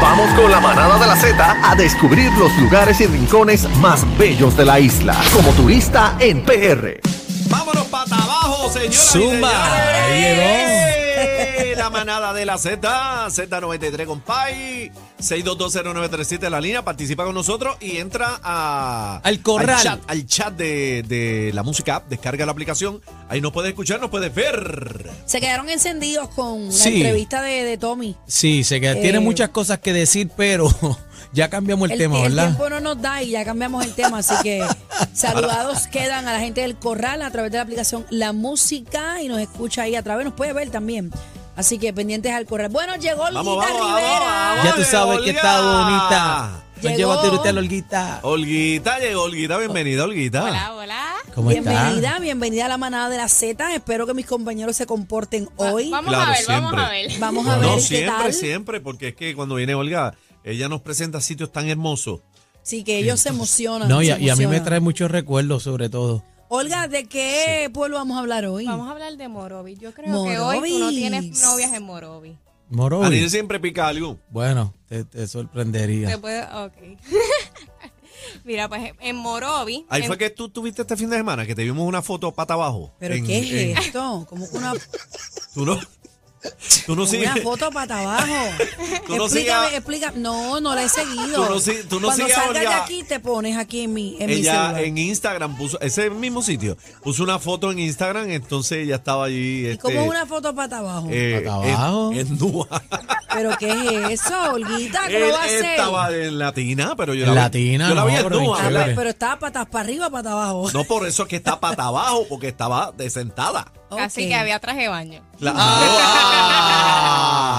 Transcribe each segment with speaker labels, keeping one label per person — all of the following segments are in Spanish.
Speaker 1: vamos con la manada de la Z a descubrir los lugares y rincones más bellos de la isla. Como turista en PR.
Speaker 2: Vámonos para abajo, señoras y
Speaker 3: Zumba. Ahí
Speaker 2: señores. La manada de la Z, Z93 compay, 6220937 la línea, participa con nosotros y entra a,
Speaker 3: Al corral.
Speaker 2: chat, al chat de, de la música app, descarga la aplicación, ahí nos puedes escuchar, nos puedes ver.
Speaker 4: Se quedaron encendidos con la
Speaker 3: Sí.
Speaker 4: entrevista de, de Tommy.
Speaker 3: Sí, sé que tiene
Speaker 4: Eh,
Speaker 3: muchas cosas que decir, pero ya cambiamos el, tema,
Speaker 4: el
Speaker 3: ¿verdad?
Speaker 4: tiempo no nos da y ya cambiamos el tema, así que saludados quedan a la gente del Corral a través de la aplicación La Música y nos escucha ahí a través, nos puede ver también. Así que pendientes al Corral. Bueno, llegó Olguita
Speaker 2: Vamos, vamos, vamos,
Speaker 4: Rivera.
Speaker 2: vamos.
Speaker 3: ya tú sabes que está
Speaker 2: Olga.
Speaker 3: bonita. Me
Speaker 4: Llegó.
Speaker 3: llevo a tiroteo a la Olguita.
Speaker 2: Olguita, llegó Olguita, bienvenida Olguita.
Speaker 5: Hola, Ah, hola.
Speaker 3: ¿Cómo
Speaker 4: bienvenida,
Speaker 3: está?
Speaker 4: bienvenida a la manada de la Z. Espero que mis compañeros se comporten
Speaker 5: Va-
Speaker 4: hoy.
Speaker 5: Vamos
Speaker 2: Claro,
Speaker 5: a ver,
Speaker 2: siempre.
Speaker 5: vamos a ver.
Speaker 4: Vamos a ver
Speaker 2: no,
Speaker 4: qué
Speaker 2: siempre,
Speaker 4: tal.
Speaker 2: siempre, porque es que cuando viene Olga, ella nos presenta sitios tan hermosos.
Speaker 4: Así que ellos se emocionan.
Speaker 3: No, y a,
Speaker 4: se
Speaker 3: y a mí me
Speaker 4: emocionan.
Speaker 3: trae muchos recuerdos, sobre todo.
Speaker 4: Olga, ¿de qué pueblo vamos a hablar hoy?
Speaker 5: Vamos a hablar de Morovi. Yo creo que hoy tú no
Speaker 4: Morovis.
Speaker 5: tienes novias en Morovi.
Speaker 3: Moro.
Speaker 2: Ariel siempre pica algo.
Speaker 3: Bueno, te, te
Speaker 5: Te
Speaker 3: sorprendería.
Speaker 5: puede- ok. Mira, pues en Morovi.
Speaker 2: Ahí
Speaker 5: en-
Speaker 2: fue que tú tuviste este fin de semana, que te vimos una foto pata abajo.
Speaker 4: ¿Pero
Speaker 2: En-
Speaker 4: qué es
Speaker 2: en-
Speaker 4: esto? Como que una,
Speaker 2: Tú no, tú no sigues.
Speaker 4: una foto para abajo.
Speaker 2: Tú no
Speaker 4: explícame,
Speaker 2: sigas-
Speaker 4: explícame. No, no la he seguido.
Speaker 2: Tú no sig- tú no
Speaker 4: Cuando
Speaker 2: sigas,
Speaker 4: salgas de
Speaker 2: Olga.
Speaker 4: aquí, te pones aquí en mi, en mi
Speaker 2: Ella
Speaker 4: celular.
Speaker 2: en Instagram puso, ese mismo sitio, puso una foto en Instagram, entonces ella estaba allí.
Speaker 4: ¿Y
Speaker 2: este,
Speaker 4: cómo es una foto para abajo?
Speaker 2: eh,
Speaker 3: Pata abajo.
Speaker 2: en- en nua.
Speaker 4: ¿Pero qué es eso, Olguita? ¿Cómo
Speaker 2: Él
Speaker 4: va a ser?
Speaker 2: estaba en latina, pero yo la
Speaker 3: En
Speaker 2: vi-
Speaker 3: latina,
Speaker 2: yo la vi
Speaker 3: no,
Speaker 2: en
Speaker 3: pero en
Speaker 2: nua.
Speaker 4: Ah,
Speaker 3: chévere.
Speaker 4: pues, pero estaba patas para arriba, para abajo.
Speaker 2: No por eso es que está pata abajo, porque estaba de sentada.
Speaker 5: Así
Speaker 4: Ok.
Speaker 5: que había traje de baño.
Speaker 2: La-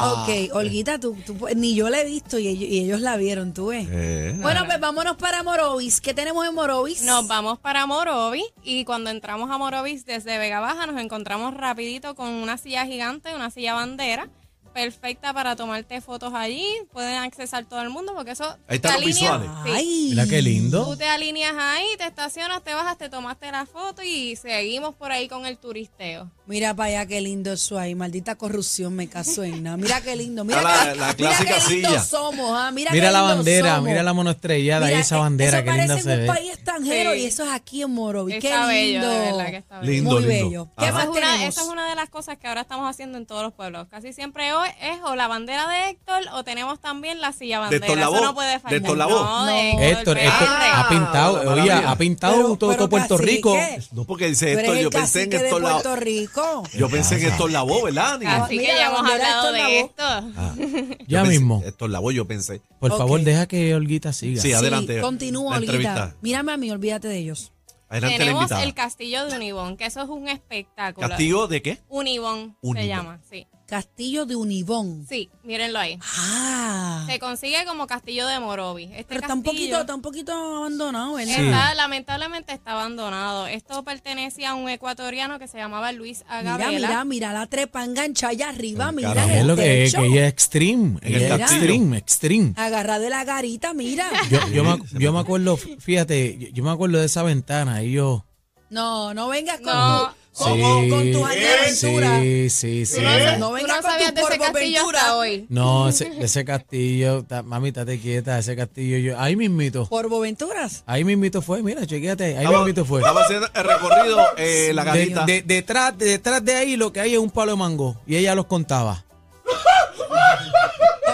Speaker 2: Ah.
Speaker 4: Ok, Olguita, tú, tú- ni yo la he visto y ellos, y ellos la vieron, tú ves.
Speaker 2: Eh,
Speaker 4: Bueno, pues vámonos para Morovis. ¿Qué tenemos en Morovis?
Speaker 5: Nos vamos para Morovi y cuando entramos a Morovis desde Vega Baja nos encontramos rapidito con una silla gigante, una silla bandera, perfecta para tomarte fotos allí. Pueden accesar todo el mundo porque eso...
Speaker 2: Ahí están
Speaker 5: te
Speaker 2: los
Speaker 5: alinea-
Speaker 2: visuales.
Speaker 5: Sí.
Speaker 4: Ay.
Speaker 3: Mira qué
Speaker 5: Tú
Speaker 3: lindo.
Speaker 5: te alineas ahí, te estacionas, te bajas, te tomaste la foto y seguimos por ahí con el turisteo.
Speaker 4: Mira para allá qué lindo eso ahí, maldita corrupción me casó en nada. Mira qué lindo, mira,
Speaker 2: Ah, la- la
Speaker 4: qué, mira
Speaker 2: clásica
Speaker 4: qué lindo
Speaker 2: silla.
Speaker 4: somos, ah, mira,
Speaker 3: Mira
Speaker 4: qué
Speaker 3: la
Speaker 4: lindo
Speaker 3: bandera,
Speaker 4: somos.
Speaker 3: mira la monoestrellada
Speaker 4: Mira,
Speaker 3: ahí, esa
Speaker 4: eh,
Speaker 3: bandera,
Speaker 4: eso
Speaker 3: qué linda
Speaker 4: parece
Speaker 3: se
Speaker 4: un
Speaker 3: ve.
Speaker 4: país extranjero
Speaker 5: Sí.
Speaker 4: y eso es aquí en Morovis. Qué
Speaker 5: Está bello,
Speaker 4: lindo.
Speaker 5: de verdad que está bello.
Speaker 2: Lindo,
Speaker 4: Muy
Speaker 2: lindo.
Speaker 4: bello. ¿Qué
Speaker 2: Ajá.
Speaker 5: Esa
Speaker 4: más
Speaker 5: es, una,
Speaker 4: tenemos?
Speaker 5: esa es una de las cosas que ahora estamos haciendo en todos los pueblos. Casi siempre hoy es o la bandera de Héctor o tenemos también la silla bandera.
Speaker 2: Tolabó,
Speaker 5: Eso no puede
Speaker 2: de
Speaker 5: faltar.
Speaker 2: Tolabó.
Speaker 5: No,
Speaker 4: No.
Speaker 5: de
Speaker 3: Héctor,
Speaker 5: del
Speaker 3: Héctor
Speaker 5: PR.
Speaker 3: ha pintado,
Speaker 2: la
Speaker 3: oye,
Speaker 2: maravilla.
Speaker 3: ha pintado
Speaker 4: Ah, Pero-
Speaker 3: todo,
Speaker 4: pero
Speaker 3: todo Puerto
Speaker 4: cacique,
Speaker 3: Rico.
Speaker 2: No, porque dice
Speaker 4: Tú eres
Speaker 2: esto, yo
Speaker 4: el
Speaker 2: pensé en
Speaker 4: cacique de
Speaker 2: esto la-
Speaker 4: Puerto Rico.
Speaker 2: Yo pensé en Héctor Lavoe, ¿verdad? Ni-
Speaker 5: Así
Speaker 4: Mira,
Speaker 5: que ya
Speaker 4: la
Speaker 5: hemos
Speaker 4: bandera de
Speaker 5: hablado de esto.
Speaker 4: Héctor
Speaker 2: Yo
Speaker 3: Ya
Speaker 2: pensé-
Speaker 3: mismo.
Speaker 2: Héctor Lavoe, yo pensé.
Speaker 3: Por
Speaker 4: Ok.
Speaker 3: favor, deja que Olguita siga.
Speaker 2: Sí, adelante.
Speaker 4: Sí, continúa,
Speaker 2: la
Speaker 4: Olguita.
Speaker 2: entrevista.
Speaker 4: Mírame a mí, olvídate de ellos.
Speaker 2: Adelante la
Speaker 5: Tenemos
Speaker 2: invitada.
Speaker 5: el castillo de Unibón, que eso es un espectáculo.
Speaker 2: ¿Castigo de qué?
Speaker 5: Unibón,
Speaker 2: Unibón.
Speaker 5: se llama, sí.
Speaker 4: Castillo de Unibón.
Speaker 5: Sí, mírenlo ahí.
Speaker 4: Ah.
Speaker 5: Se consigue como castillo de Morovi. Este
Speaker 4: Pero está
Speaker 5: castillo,
Speaker 4: un poquito, está un poquito abandonado, ¿verdad?
Speaker 3: Sí.
Speaker 5: Está- lamentablemente está abandonado. Esto pertenecía a un ecuatoriano que se llamaba Luis A.
Speaker 4: Mira,
Speaker 5: Gabriela.
Speaker 4: mira, mira la trepa enganchada allá arriba, mira
Speaker 2: carajo.
Speaker 3: Es
Speaker 4: el
Speaker 3: lo que es,
Speaker 4: techo.
Speaker 3: que ella es extreme.
Speaker 2: En
Speaker 3: Ella
Speaker 2: el
Speaker 3: es
Speaker 2: castillo.
Speaker 3: extreme, extreme.
Speaker 4: Agarra de la garita, mira.
Speaker 3: Yo,
Speaker 2: Ah.
Speaker 3: yo me, ac- yo me acuerdo, fíjate, yo, yo me acuerdo de esa ventana y yo.
Speaker 4: No, no vengas con,
Speaker 5: No.
Speaker 4: tu- con, con- con tus años de aventura.
Speaker 3: Sí, sí, sí.
Speaker 4: No
Speaker 5: Tú
Speaker 4: vengas
Speaker 5: no
Speaker 4: con
Speaker 5: sabías
Speaker 4: tu
Speaker 5: de ese
Speaker 4: polvo
Speaker 5: castillo
Speaker 4: aventura.
Speaker 5: hasta hoy.
Speaker 3: No, ese, ese castillo, ta- mami, estate quieta, ese castillo. Yo, ahí mismito,
Speaker 4: Por Boventuras.
Speaker 3: ahí mismito fue, mira, chequéate, ahí mismito fue.
Speaker 2: Estaba haciendo el recorrido, eh, la
Speaker 3: De-
Speaker 2: garita.
Speaker 3: de- detrás, de- detrás de ahí lo que hay es un palo de mango y ella los contaba.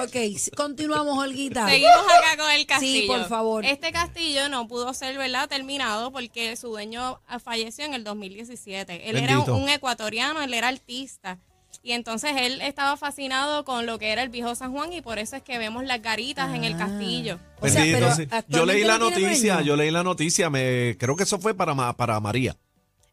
Speaker 4: Ok, s- continuamos, Olguita.
Speaker 5: Seguimos acá con el castillo.
Speaker 4: por favor.
Speaker 5: Este castillo no pudo ser ¿verdad? terminado porque su dueño ah, falleció en el 2017. Él era
Speaker 3: Bendito.
Speaker 5: un, un ecuatoriano, él era artista. Y entonces él estaba fascinado con lo que era el viejo San Juan y por eso es que vemos las garitas en el castillo.
Speaker 4: Ah. O sea,
Speaker 2: Bendito,
Speaker 4: pero
Speaker 2: sí. yo
Speaker 4: actualmente
Speaker 2: leí la
Speaker 4: no tiene
Speaker 2: noticia,
Speaker 4: dueño.
Speaker 2: yo leí la noticia, me creo que eso fue para, Ma- para María.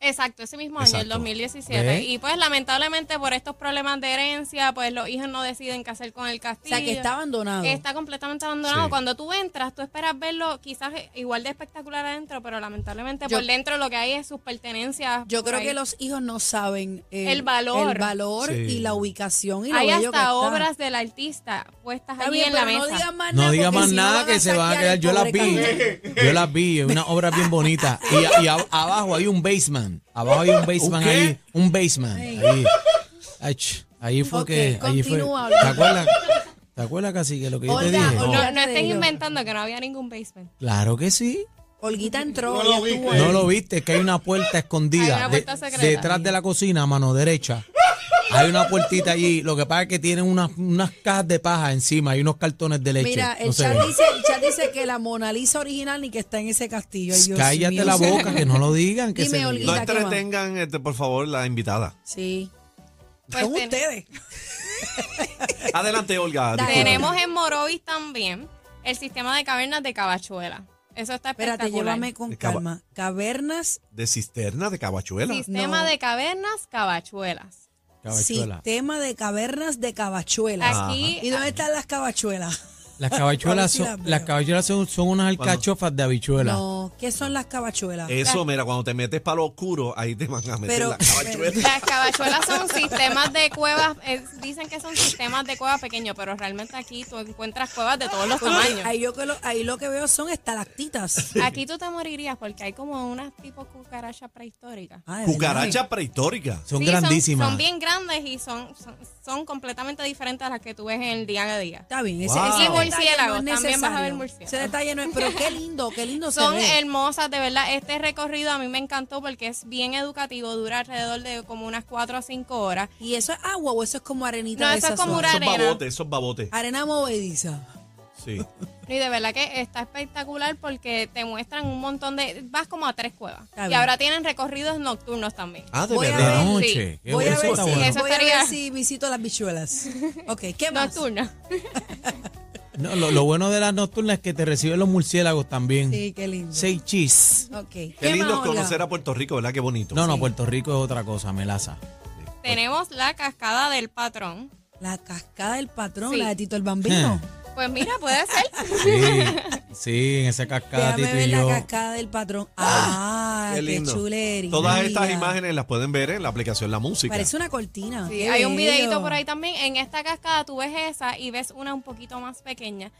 Speaker 5: Exacto, ese mismo año, el
Speaker 2: Exacto.
Speaker 5: 2017.
Speaker 3: ¿Ve?
Speaker 5: Y pues lamentablemente por estos problemas de herencia, pues los hijos no deciden qué hacer con el
Speaker 4: O
Speaker 5: castillo.
Speaker 4: sea, que está abandonado.
Speaker 5: Está completamente abandonado.
Speaker 2: Sí.
Speaker 5: Cuando tú entras, tú esperas verlo quizás eh, igual de espectacular adentro, pero lamentablemente
Speaker 4: Yo-
Speaker 5: por dentro lo que hay es sus pertenencias.
Speaker 4: Yo
Speaker 5: por
Speaker 4: creo
Speaker 5: ahí.
Speaker 4: que los hijos no saben eh,
Speaker 5: El valor.
Speaker 4: el valor
Speaker 2: Sí.
Speaker 4: y la ubicación y lo
Speaker 5: Hay
Speaker 4: bello que
Speaker 5: hasta
Speaker 4: está.
Speaker 5: obras del artista puestas
Speaker 4: Está
Speaker 5: allí
Speaker 4: bien,
Speaker 5: en la
Speaker 4: pero
Speaker 5: mesa.
Speaker 4: No digan más nada.
Speaker 3: No diga
Speaker 4: porque
Speaker 3: más
Speaker 4: si no
Speaker 3: nada
Speaker 4: van
Speaker 3: que se van a
Speaker 4: saquear
Speaker 3: quedar.
Speaker 4: el
Speaker 3: Yo las
Speaker 4: pobre
Speaker 3: vi,
Speaker 4: castillo.
Speaker 3: yo las vi, unas obras bien bonitas. Y, y a- abajo hay un basement. Abajo hay un basement
Speaker 2: ¿Un qué?
Speaker 3: ahí. Un basement. Ahí. Ach, ahí fue
Speaker 4: Ok,
Speaker 3: que. Ahí fue,
Speaker 4: continúa,
Speaker 3: ¿Te
Speaker 4: Olga.
Speaker 3: acuerdas? ¿Te acuerdas, Cacique, lo que yo te
Speaker 4: Olga,
Speaker 3: dije?
Speaker 4: Olga.
Speaker 5: No, no estén
Speaker 4: digo.
Speaker 5: inventando que no había ningún basement.
Speaker 3: Claro que sí.
Speaker 4: Olguita entró.
Speaker 6: No
Speaker 4: ella
Speaker 6: lo viste.
Speaker 4: estuvo ahí.
Speaker 3: No lo viste, es que hay una puerta escondida.
Speaker 5: Hay una puerta secreta.
Speaker 3: Detrás de la cocina, a mano derecha. Hay una puertita allí. Lo que pasa es que tienen unas, unas cajas de paja encima y unos cartones de leche.
Speaker 4: Mira, el
Speaker 3: No se
Speaker 4: chat,
Speaker 3: ve.
Speaker 4: dice, el chat dice que la Mona Lisa original ni que está en ese castillo. Ay, Dios
Speaker 3: Cállate
Speaker 4: mío.
Speaker 3: la boca, que no lo digan. Que
Speaker 4: Dime,
Speaker 3: se
Speaker 4: Olguita.
Speaker 2: No
Speaker 4: ¿qué más?
Speaker 2: entretengan, este, por favor, la invitada.
Speaker 4: Sí.
Speaker 5: Pues
Speaker 4: Son
Speaker 5: ten-
Speaker 4: ustedes.
Speaker 2: Adelante, Olga.
Speaker 4: Dale.
Speaker 2: disculpa.
Speaker 5: Tenemos en Morovis también el sistema de cavernas de Cabachuela. Eso está espectacular.
Speaker 4: Espérate, llévame con
Speaker 2: De cava-
Speaker 4: calma. Cavernas,
Speaker 2: De cisterna, de cabachuela.
Speaker 5: Sistema
Speaker 4: No.
Speaker 5: de cavernas Cabachuelas.
Speaker 3: Cabachuela.
Speaker 4: sistema de cavernas de cabachuelas.
Speaker 5: Aquí ah.
Speaker 4: ¿Y dónde están las cabachuelas?
Speaker 3: Las
Speaker 4: Ahora
Speaker 3: cabachuelas
Speaker 4: sí las
Speaker 3: son,
Speaker 4: veo.
Speaker 3: las cabachuelas son, son unas alcachofas de habichuela.
Speaker 4: No, ¿qué son las cabachuelas?
Speaker 3: Eh.
Speaker 2: Eso, mira, cuando te metes para lo oscuro, ahí te van a meter
Speaker 4: Pero-
Speaker 2: la cabachuela.
Speaker 5: Las cabachuelas son sistemas de cuevas, eh, dicen que son sistemas de cuevas pequeños, pero realmente aquí tú encuentras cuevas de todos los
Speaker 4: Porque
Speaker 5: tamaños.
Speaker 4: Ahí, yo que lo, ahí lo que veo son estalactitas.
Speaker 5: Aquí tú te morirías porque hay como unas tipo cucarachas prehistóricas.
Speaker 4: Ay,
Speaker 2: Cucaracha prehistórica.
Speaker 3: Son
Speaker 5: Sí,
Speaker 3: grandísimas.
Speaker 5: Son, bien grandes y son, son, son completamente diferentes a las que tú ves en el día a día.
Speaker 4: Está bien, ese,
Speaker 2: Wow.
Speaker 4: ese
Speaker 2: Y
Speaker 4: detalle
Speaker 5: murciélagos,
Speaker 4: no es
Speaker 5: también vas a ver
Speaker 4: necesario.
Speaker 5: murciélagos.
Speaker 4: Ese detalle no es, pero qué lindo, qué lindo se
Speaker 5: Son
Speaker 4: ve.
Speaker 5: hermosas, de verdad. Este recorrido a mí me encantó porque es bien educativo, dura alrededor de como unas 4 a 5 horas.
Speaker 4: ¿Y eso es agua o eso es como arenita
Speaker 5: No,
Speaker 4: de
Speaker 5: eso es
Speaker 4: esas
Speaker 5: como
Speaker 4: suaves?
Speaker 5: una
Speaker 2: Esos
Speaker 5: arena.
Speaker 2: babotes, esos babotes.
Speaker 4: Arena movediza.
Speaker 2: Sí.
Speaker 5: Y de verdad que está espectacular porque te muestran un montón de... Vas como a tres cuevas.
Speaker 4: Está
Speaker 5: Y
Speaker 4: bien.
Speaker 5: ahora tienen recorridos nocturnos también.
Speaker 2: Ah, de
Speaker 4: Voy a
Speaker 3: de
Speaker 2: verdad.
Speaker 4: ver.
Speaker 3: noche. Qué
Speaker 4: Voy
Speaker 3: bueno,
Speaker 4: a,
Speaker 3: eso
Speaker 4: ver
Speaker 3: está
Speaker 4: si,
Speaker 3: bueno.
Speaker 5: Eso
Speaker 4: voy a ver
Speaker 5: estaría-
Speaker 4: si visito las bichuelas. Ok, ¿qué más?
Speaker 5: Nocturnos.
Speaker 3: No, lo, lo bueno de las nocturnas es que te reciben los murciélagos también.
Speaker 4: Sí, qué lindo.
Speaker 3: Seis chis.
Speaker 4: Ok. ¿Qué,
Speaker 2: Qué lindo
Speaker 4: más,
Speaker 2: es
Speaker 4: Olga?
Speaker 2: conocer a Puerto Rico, ¿verdad? Qué bonito.
Speaker 3: No, no, Puerto Rico es otra cosa, melaza.
Speaker 5: Tenemos la cascada del patrón.
Speaker 4: La cascada del patrón,
Speaker 5: Sí.
Speaker 4: la de Tito el Bambino.
Speaker 5: Pues mira, puede ser.
Speaker 3: Sí, sí, en esa cascada,
Speaker 4: Déjame
Speaker 3: Tito
Speaker 4: ver
Speaker 3: y
Speaker 4: la
Speaker 3: yo.
Speaker 4: cascada del patrón. Ah,
Speaker 2: Qué
Speaker 4: qué,
Speaker 2: lindo.
Speaker 4: chulería.
Speaker 2: Todas estas imágenes las pueden ver en la aplicación La Música.
Speaker 4: Parece una cortina.
Speaker 5: Sí,
Speaker 4: Ah, Qué
Speaker 5: hay un
Speaker 4: bello.
Speaker 5: videito por ahí también. En esta cascada tú ves esa y ves una un poquito más pequeña.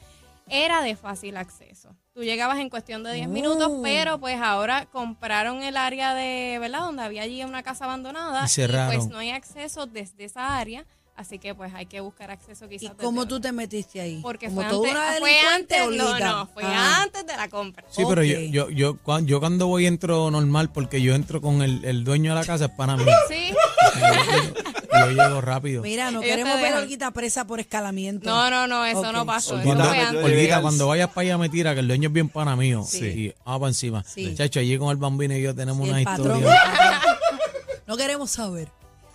Speaker 5: Era de fácil acceso. Tú llegabas en cuestión de 10 minutos,
Speaker 4: Oh.
Speaker 5: pero pues ahora compraron el área de, ¿verdad? Donde había allí una casa abandonada.
Speaker 3: Y cerraron.
Speaker 5: pues no hay acceso desde esa área. Así que pues hay que buscar acceso
Speaker 4: ¿Y
Speaker 5: quizás. desde
Speaker 4: cómo
Speaker 5: otra.
Speaker 4: tú te metiste ahí?
Speaker 5: Porque
Speaker 4: ¿Como
Speaker 5: fue
Speaker 4: toda
Speaker 5: antes,
Speaker 4: una
Speaker 5: fue
Speaker 4: delincuente,
Speaker 5: antes, no,
Speaker 4: Olguita?
Speaker 5: no, fue
Speaker 4: Ah,
Speaker 5: antes de la compra.
Speaker 3: Sí, pero yo,
Speaker 4: Ok.
Speaker 3: yo, yo, cuan- yo cuando voy entro normal, porque yo entro con el, el dueño de la casa, es para mí.
Speaker 5: Sí.
Speaker 3: Yo llego rápido.
Speaker 4: Mira, no
Speaker 5: Ellos te
Speaker 4: queremos ver a
Speaker 5: dejan.
Speaker 4: Olguita presa por escalamiento.
Speaker 5: No, no, no, eso
Speaker 4: Ok.
Speaker 5: no pasó. Eso
Speaker 3: Cuando,
Speaker 5: fue
Speaker 2: Olguita,
Speaker 5: antes.
Speaker 3: Olguita,
Speaker 2: Llegas-
Speaker 3: cuando vayas para allá me tira, que el dueño es bien pana mío.
Speaker 2: Sí.
Speaker 3: Y ah, para encima.
Speaker 4: Sí.
Speaker 3: Chacho, allí con el bambino y yo tenemos
Speaker 4: Y
Speaker 3: una
Speaker 4: el patrón.
Speaker 3: historia.
Speaker 4: No queremos saber.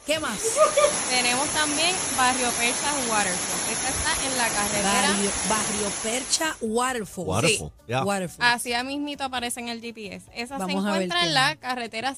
Speaker 4: ¿Qué más?
Speaker 5: Tenemos también Barrio Persa Waterfront. Esta está en la carretera.
Speaker 4: Barrio, Barrio Percha Waterfall.
Speaker 2: Waterfall, Sí. ya.
Speaker 4: Waterfall.
Speaker 5: Así mismito aparece en el GPS. Esa
Speaker 4: Vamos a ver
Speaker 5: se encuentra
Speaker 4: qué
Speaker 5: en la carretera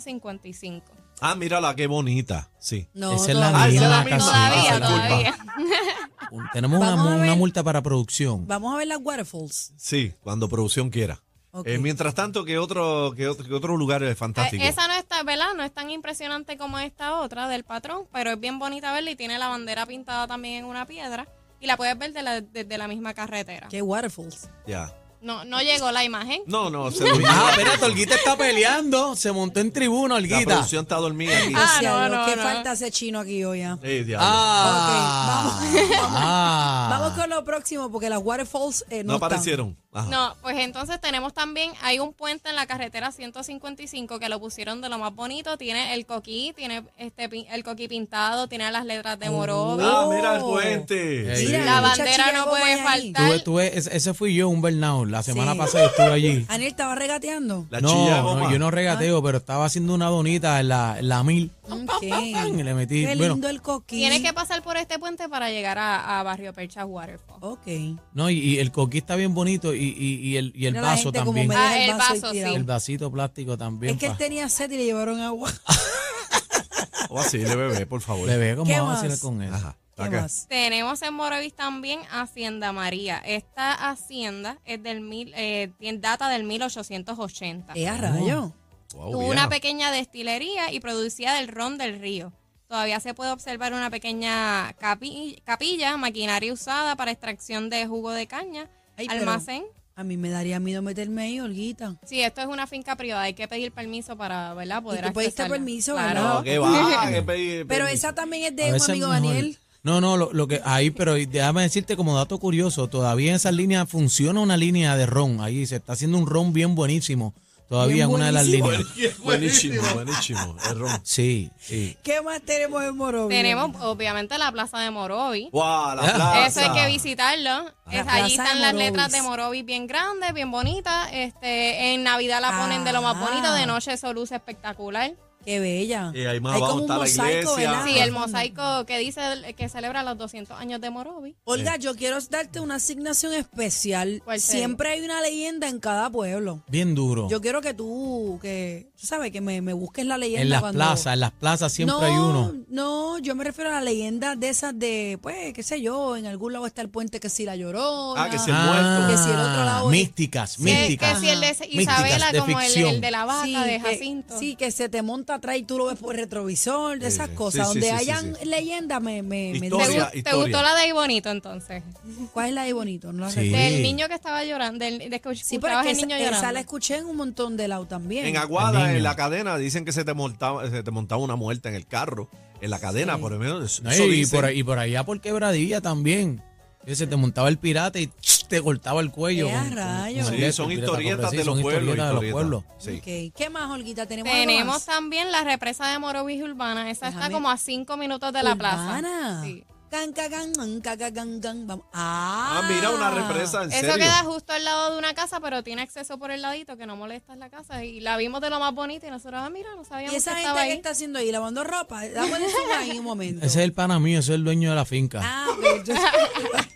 Speaker 5: 155.
Speaker 2: Ah, mírala, qué bonita. Sí.
Speaker 4: no,
Speaker 3: Esa es la
Speaker 4: todavía.
Speaker 2: misma
Speaker 4: Ah,
Speaker 2: casa.
Speaker 3: Casi,
Speaker 5: todavía,
Speaker 2: casi.
Speaker 5: todavía. Eh,
Speaker 3: Un- Tenemos una,
Speaker 4: Vamos a
Speaker 3: mu- una
Speaker 4: ver.
Speaker 3: multa para producción.
Speaker 4: Vamos a ver las Waterfalls.
Speaker 2: Sí, cuando producción quiera.
Speaker 4: Ok.
Speaker 2: Eh, mientras tanto, ¿qué otro, qué otro, qué otro lugar es fantástico?
Speaker 5: Eh, Esa no está, ¿verdad? No es tan impresionante como esta otra del patrón, pero es bien bonita verla y tiene la bandera pintada también en una piedra. Y la puedes ver de la- desde la misma carretera.
Speaker 4: ¿Qué Waterfalls?
Speaker 2: Ya.
Speaker 5: No, no llegó la imagen.
Speaker 2: No, no, se durmió.
Speaker 3: Ah, espérate, Olguita está peleando. Se montó en
Speaker 2: La
Speaker 3: tribuna, Olguita.
Speaker 2: producción está dormida aquí.
Speaker 5: Ah,
Speaker 4: Gracias a
Speaker 5: no,
Speaker 4: Dios.
Speaker 5: no,
Speaker 4: ¿Qué
Speaker 5: no.
Speaker 4: falta ese chino aquí hoy? ah?
Speaker 2: Eh, diablo.
Speaker 3: Ah,
Speaker 4: Ok, vamos,
Speaker 3: ah.
Speaker 4: Vamos con lo próximo porque las Waterfalls eh, no,
Speaker 2: no aparecieron. Ajá.
Speaker 5: No, pues entonces tenemos también, hay un puente en la carretera 155 que lo pusieron de lo más bonito, tiene el coquí, tiene este pin- el coquí pintado, tiene las letras de Morovis.
Speaker 2: Ah, mira
Speaker 4: Oh.
Speaker 2: el puente.
Speaker 3: Sí.
Speaker 4: Mira, muchacha
Speaker 5: La bandera no
Speaker 4: llegó
Speaker 5: puede
Speaker 4: hoy ahí.
Speaker 5: faltar.
Speaker 3: Tuve- tuve- ese, ese fui yo, un Bernau. La semana
Speaker 4: Sí.
Speaker 3: pasada estuve allí.
Speaker 4: Aniel estaba regateando.
Speaker 2: La
Speaker 3: no,
Speaker 2: chilla
Speaker 3: no,
Speaker 2: goma.
Speaker 3: yo no
Speaker 4: Ah.
Speaker 3: regateo, pero estaba haciendo una donita en la, en la mil.
Speaker 4: Ok.
Speaker 3: Y le metí.
Speaker 4: Qué
Speaker 3: bueno,
Speaker 4: lindo el coquí.
Speaker 5: Tiene que pasar por este puente para llegar a, a Barrio Percha Waterfall.
Speaker 4: Ok.
Speaker 3: no, y, y el coquí está bien bonito y, y- y el, y el
Speaker 4: Mira la
Speaker 3: vaso
Speaker 4: gente como
Speaker 3: también.
Speaker 4: me deja
Speaker 5: Ah, el
Speaker 4: vaso ahí
Speaker 5: vaso,
Speaker 4: tirado.
Speaker 5: sí.
Speaker 3: El vasito plástico también.
Speaker 4: Es que él
Speaker 3: pa-
Speaker 4: tenía sed y le llevaron agua.
Speaker 2: Oh, así, le bebé, por favor.
Speaker 3: Le veo cómo
Speaker 4: ¿Qué
Speaker 3: va a hacer
Speaker 4: más?
Speaker 3: con eso.
Speaker 2: Ajá.
Speaker 4: ¿Qué
Speaker 2: Acá.
Speaker 4: más?
Speaker 5: Tenemos en Morovis también Hacienda María. Esta hacienda es del mil, eh, tiene- data del 1880.
Speaker 4: Eh, a rayo.
Speaker 2: Wow,
Speaker 5: Tuvo
Speaker 2: vieja.
Speaker 5: una pequeña destilería y producía del ron del río. Todavía se puede observar una pequeña capi- capilla, maquinaria usada para extracción de jugo de caña,
Speaker 4: Ay, pero-
Speaker 5: almacén.
Speaker 4: A mí me daría miedo meterme ahí, Olguita.
Speaker 5: Sí, esto es una finca privada, hay que pedir permiso para ¿verdad? poder
Speaker 4: tú pediste
Speaker 5: accesarla.
Speaker 4: permiso,
Speaker 5: Claro.
Speaker 4: ¿verdad?
Speaker 2: No, que Ah, va, que pe-
Speaker 4: Pero
Speaker 2: pe-
Speaker 4: esa también es
Speaker 3: A
Speaker 4: de un
Speaker 3: veces
Speaker 4: amigo
Speaker 3: mejor.
Speaker 4: Daniel.
Speaker 3: No, no, lo, lo que ahí, pero déjame decirte como dato curioso, todavía en esas líneas funciona una línea de ron, ahí se está haciendo un ron bien buenísimo, todavía
Speaker 4: Bien
Speaker 3: en una de las
Speaker 4: buenísimo.
Speaker 3: líneas.
Speaker 2: Buenísimo, buenísimo. El ron.
Speaker 3: Sí, sí.
Speaker 4: ¿Qué más tenemos en Morovis?
Speaker 5: Tenemos, obviamente, la plaza de Morovi.
Speaker 2: ¡Wow! La
Speaker 3: Ah.
Speaker 2: plaza.
Speaker 5: Eso hay que visitarlo. Es-
Speaker 4: La
Speaker 5: allí
Speaker 4: plaza
Speaker 5: están
Speaker 4: de
Speaker 5: las
Speaker 4: Morovis.
Speaker 5: letras de Morovis bien grandes, bien bonitas. Este, en Navidad la ponen de lo más
Speaker 4: Ah.
Speaker 5: bonito, de noche eso luce espectacular.
Speaker 4: Qué bella.
Speaker 2: Y ahí más
Speaker 4: Hay
Speaker 2: abajo
Speaker 4: como un
Speaker 2: está la
Speaker 4: mosaico,
Speaker 2: iglesia.
Speaker 4: ¿verdad?
Speaker 5: Sí, el mosaico que dice que celebra los 200 años de Morovi.
Speaker 4: Olga, yo quiero darte una asignación especial.
Speaker 5: ¿Cuál sería?
Speaker 4: Siempre hay una leyenda en cada pueblo.
Speaker 3: Bien duro.
Speaker 4: Yo quiero que tú, que tú sabes, que me, me busques la leyenda.
Speaker 3: En las
Speaker 4: cuando-
Speaker 3: plazas, en las plazas siempre
Speaker 4: no,
Speaker 3: hay uno.
Speaker 4: No, yo me refiero a la leyenda de esas de, pues, qué sé yo, en algún lado está el puente que si la llorona.
Speaker 2: Ah, que si el
Speaker 3: Ah,
Speaker 2: muerto.
Speaker 4: Que si el otro lado es-
Speaker 3: místicas,
Speaker 5: Que, que
Speaker 3: místicas.
Speaker 5: si el de
Speaker 3: Místicas,
Speaker 5: Isabela,
Speaker 3: de
Speaker 5: como el,
Speaker 3: ficción.
Speaker 5: el de la vaca,
Speaker 4: Sí,
Speaker 5: de
Speaker 4: que-
Speaker 5: Jacinto.
Speaker 4: sí, que se te monta atrás y tú lo ves por el retrovisor, de
Speaker 2: Sí,
Speaker 4: esas
Speaker 2: sí.
Speaker 4: cosas.
Speaker 2: Sí, sí,
Speaker 4: donde
Speaker 2: sí, sí,
Speaker 4: hayan
Speaker 2: sí.
Speaker 4: leyenda, me, me, me
Speaker 5: ¿Te,
Speaker 2: Historia.
Speaker 5: gu- te
Speaker 2: historia.
Speaker 5: gustó la de ahí bonito entonces?
Speaker 4: ¿Cuál es la de bonito? No la
Speaker 3: Sí.
Speaker 4: recuerdo.
Speaker 5: Del niño que estaba llorando, del, de que
Speaker 4: Sí, pero
Speaker 5: escuchabas
Speaker 4: es que
Speaker 5: el niño
Speaker 4: esa, esa
Speaker 5: llorando.
Speaker 4: la escuché en un montón de lado también.
Speaker 2: En
Speaker 3: El
Speaker 2: Aguada,
Speaker 3: niño.
Speaker 2: en la cadena, dicen que se te montaba, se te montaba una muerta en el carro. En la cadena, por lo menos.
Speaker 3: No,
Speaker 2: eso
Speaker 3: y,
Speaker 2: dicen.
Speaker 3: por, ahí- y por allá por quebradilla también. Que se te montaba el pirata y te cortaba el cuello.
Speaker 4: ¡Eh, a rayos!
Speaker 2: Sí,
Speaker 3: el
Speaker 2: son
Speaker 3: pirata,
Speaker 2: historietas
Speaker 3: pobre, sí,
Speaker 2: de
Speaker 3: son
Speaker 2: los pueblos.
Speaker 3: historietas de los
Speaker 2: historietas.
Speaker 3: pueblos.
Speaker 2: Sí.
Speaker 4: Ok. ¿Qué más, Olguita? Tenemos algo
Speaker 5: Tenemos
Speaker 4: más?
Speaker 5: también la represa de Morovis Urbana. Esa
Speaker 4: Déjame-
Speaker 5: está como a cinco minutos de la
Speaker 4: Urbana.
Speaker 5: plaza. Sí.
Speaker 4: Can, ca, can, can, ca, ca, can, can. Vamos. Ah,
Speaker 2: Ah, mira, una represa, en
Speaker 5: Eso
Speaker 2: serio.
Speaker 5: queda justo al lado de una casa, pero tiene acceso por el ladito que no molesta la casa. Y la vimos de lo más bonita y nosotros, ah, mira, no sabíamos
Speaker 4: Y esa
Speaker 5: que
Speaker 4: gente
Speaker 5: estaba
Speaker 4: que
Speaker 5: ahí.
Speaker 4: está haciendo ahí lavando ropa, eh, dame el zoom ahí un momento.
Speaker 3: Ese es el pana mío, ese es el dueño de la finca.
Speaker 4: Ah, pero yo-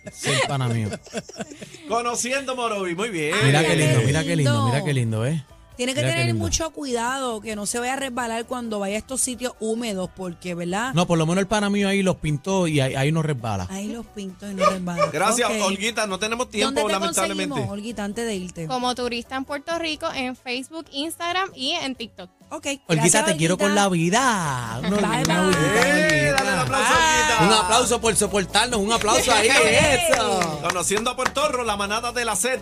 Speaker 3: Ese es el pana mío.
Speaker 2: Conociendo Morovi, muy bien.
Speaker 3: Mira
Speaker 4: qué
Speaker 3: qué lindo, mira qué lindo,
Speaker 4: lindo.
Speaker 3: mira qué lindo, ¿eh?
Speaker 4: tiene que
Speaker 3: Mira qué
Speaker 4: tener
Speaker 3: lindo.
Speaker 4: mucho cuidado que no se vaya a resbalar cuando vaya a estos sitios húmedos, porque, ¿verdad?
Speaker 3: No, por lo menos el pana mío ahí los pintó y ahí, ahí no resbala.
Speaker 4: Ahí los pintos y no resbalan.
Speaker 2: Gracias,
Speaker 4: Ok.
Speaker 2: Olguita. No tenemos
Speaker 4: ¿Dónde
Speaker 2: tiempo,
Speaker 4: te
Speaker 2: lamentablemente.
Speaker 4: conseguimos, Olguita, antes de irte?
Speaker 5: Como turista en Puerto Rico, en Facebook, Instagram y en TikTok.
Speaker 4: Ok.
Speaker 3: Olguita,
Speaker 4: gracias,
Speaker 3: te quiero con la vida. Una- una
Speaker 4: Bye, bye.
Speaker 3: Olguita,
Speaker 2: Eh,
Speaker 3: Olguita.
Speaker 2: dale un aplauso, Olguita.
Speaker 3: Un aplauso por soportarnos, un aplauso ahí. Eso.
Speaker 2: Conociendo a Puerto Rico, la manada de la Z.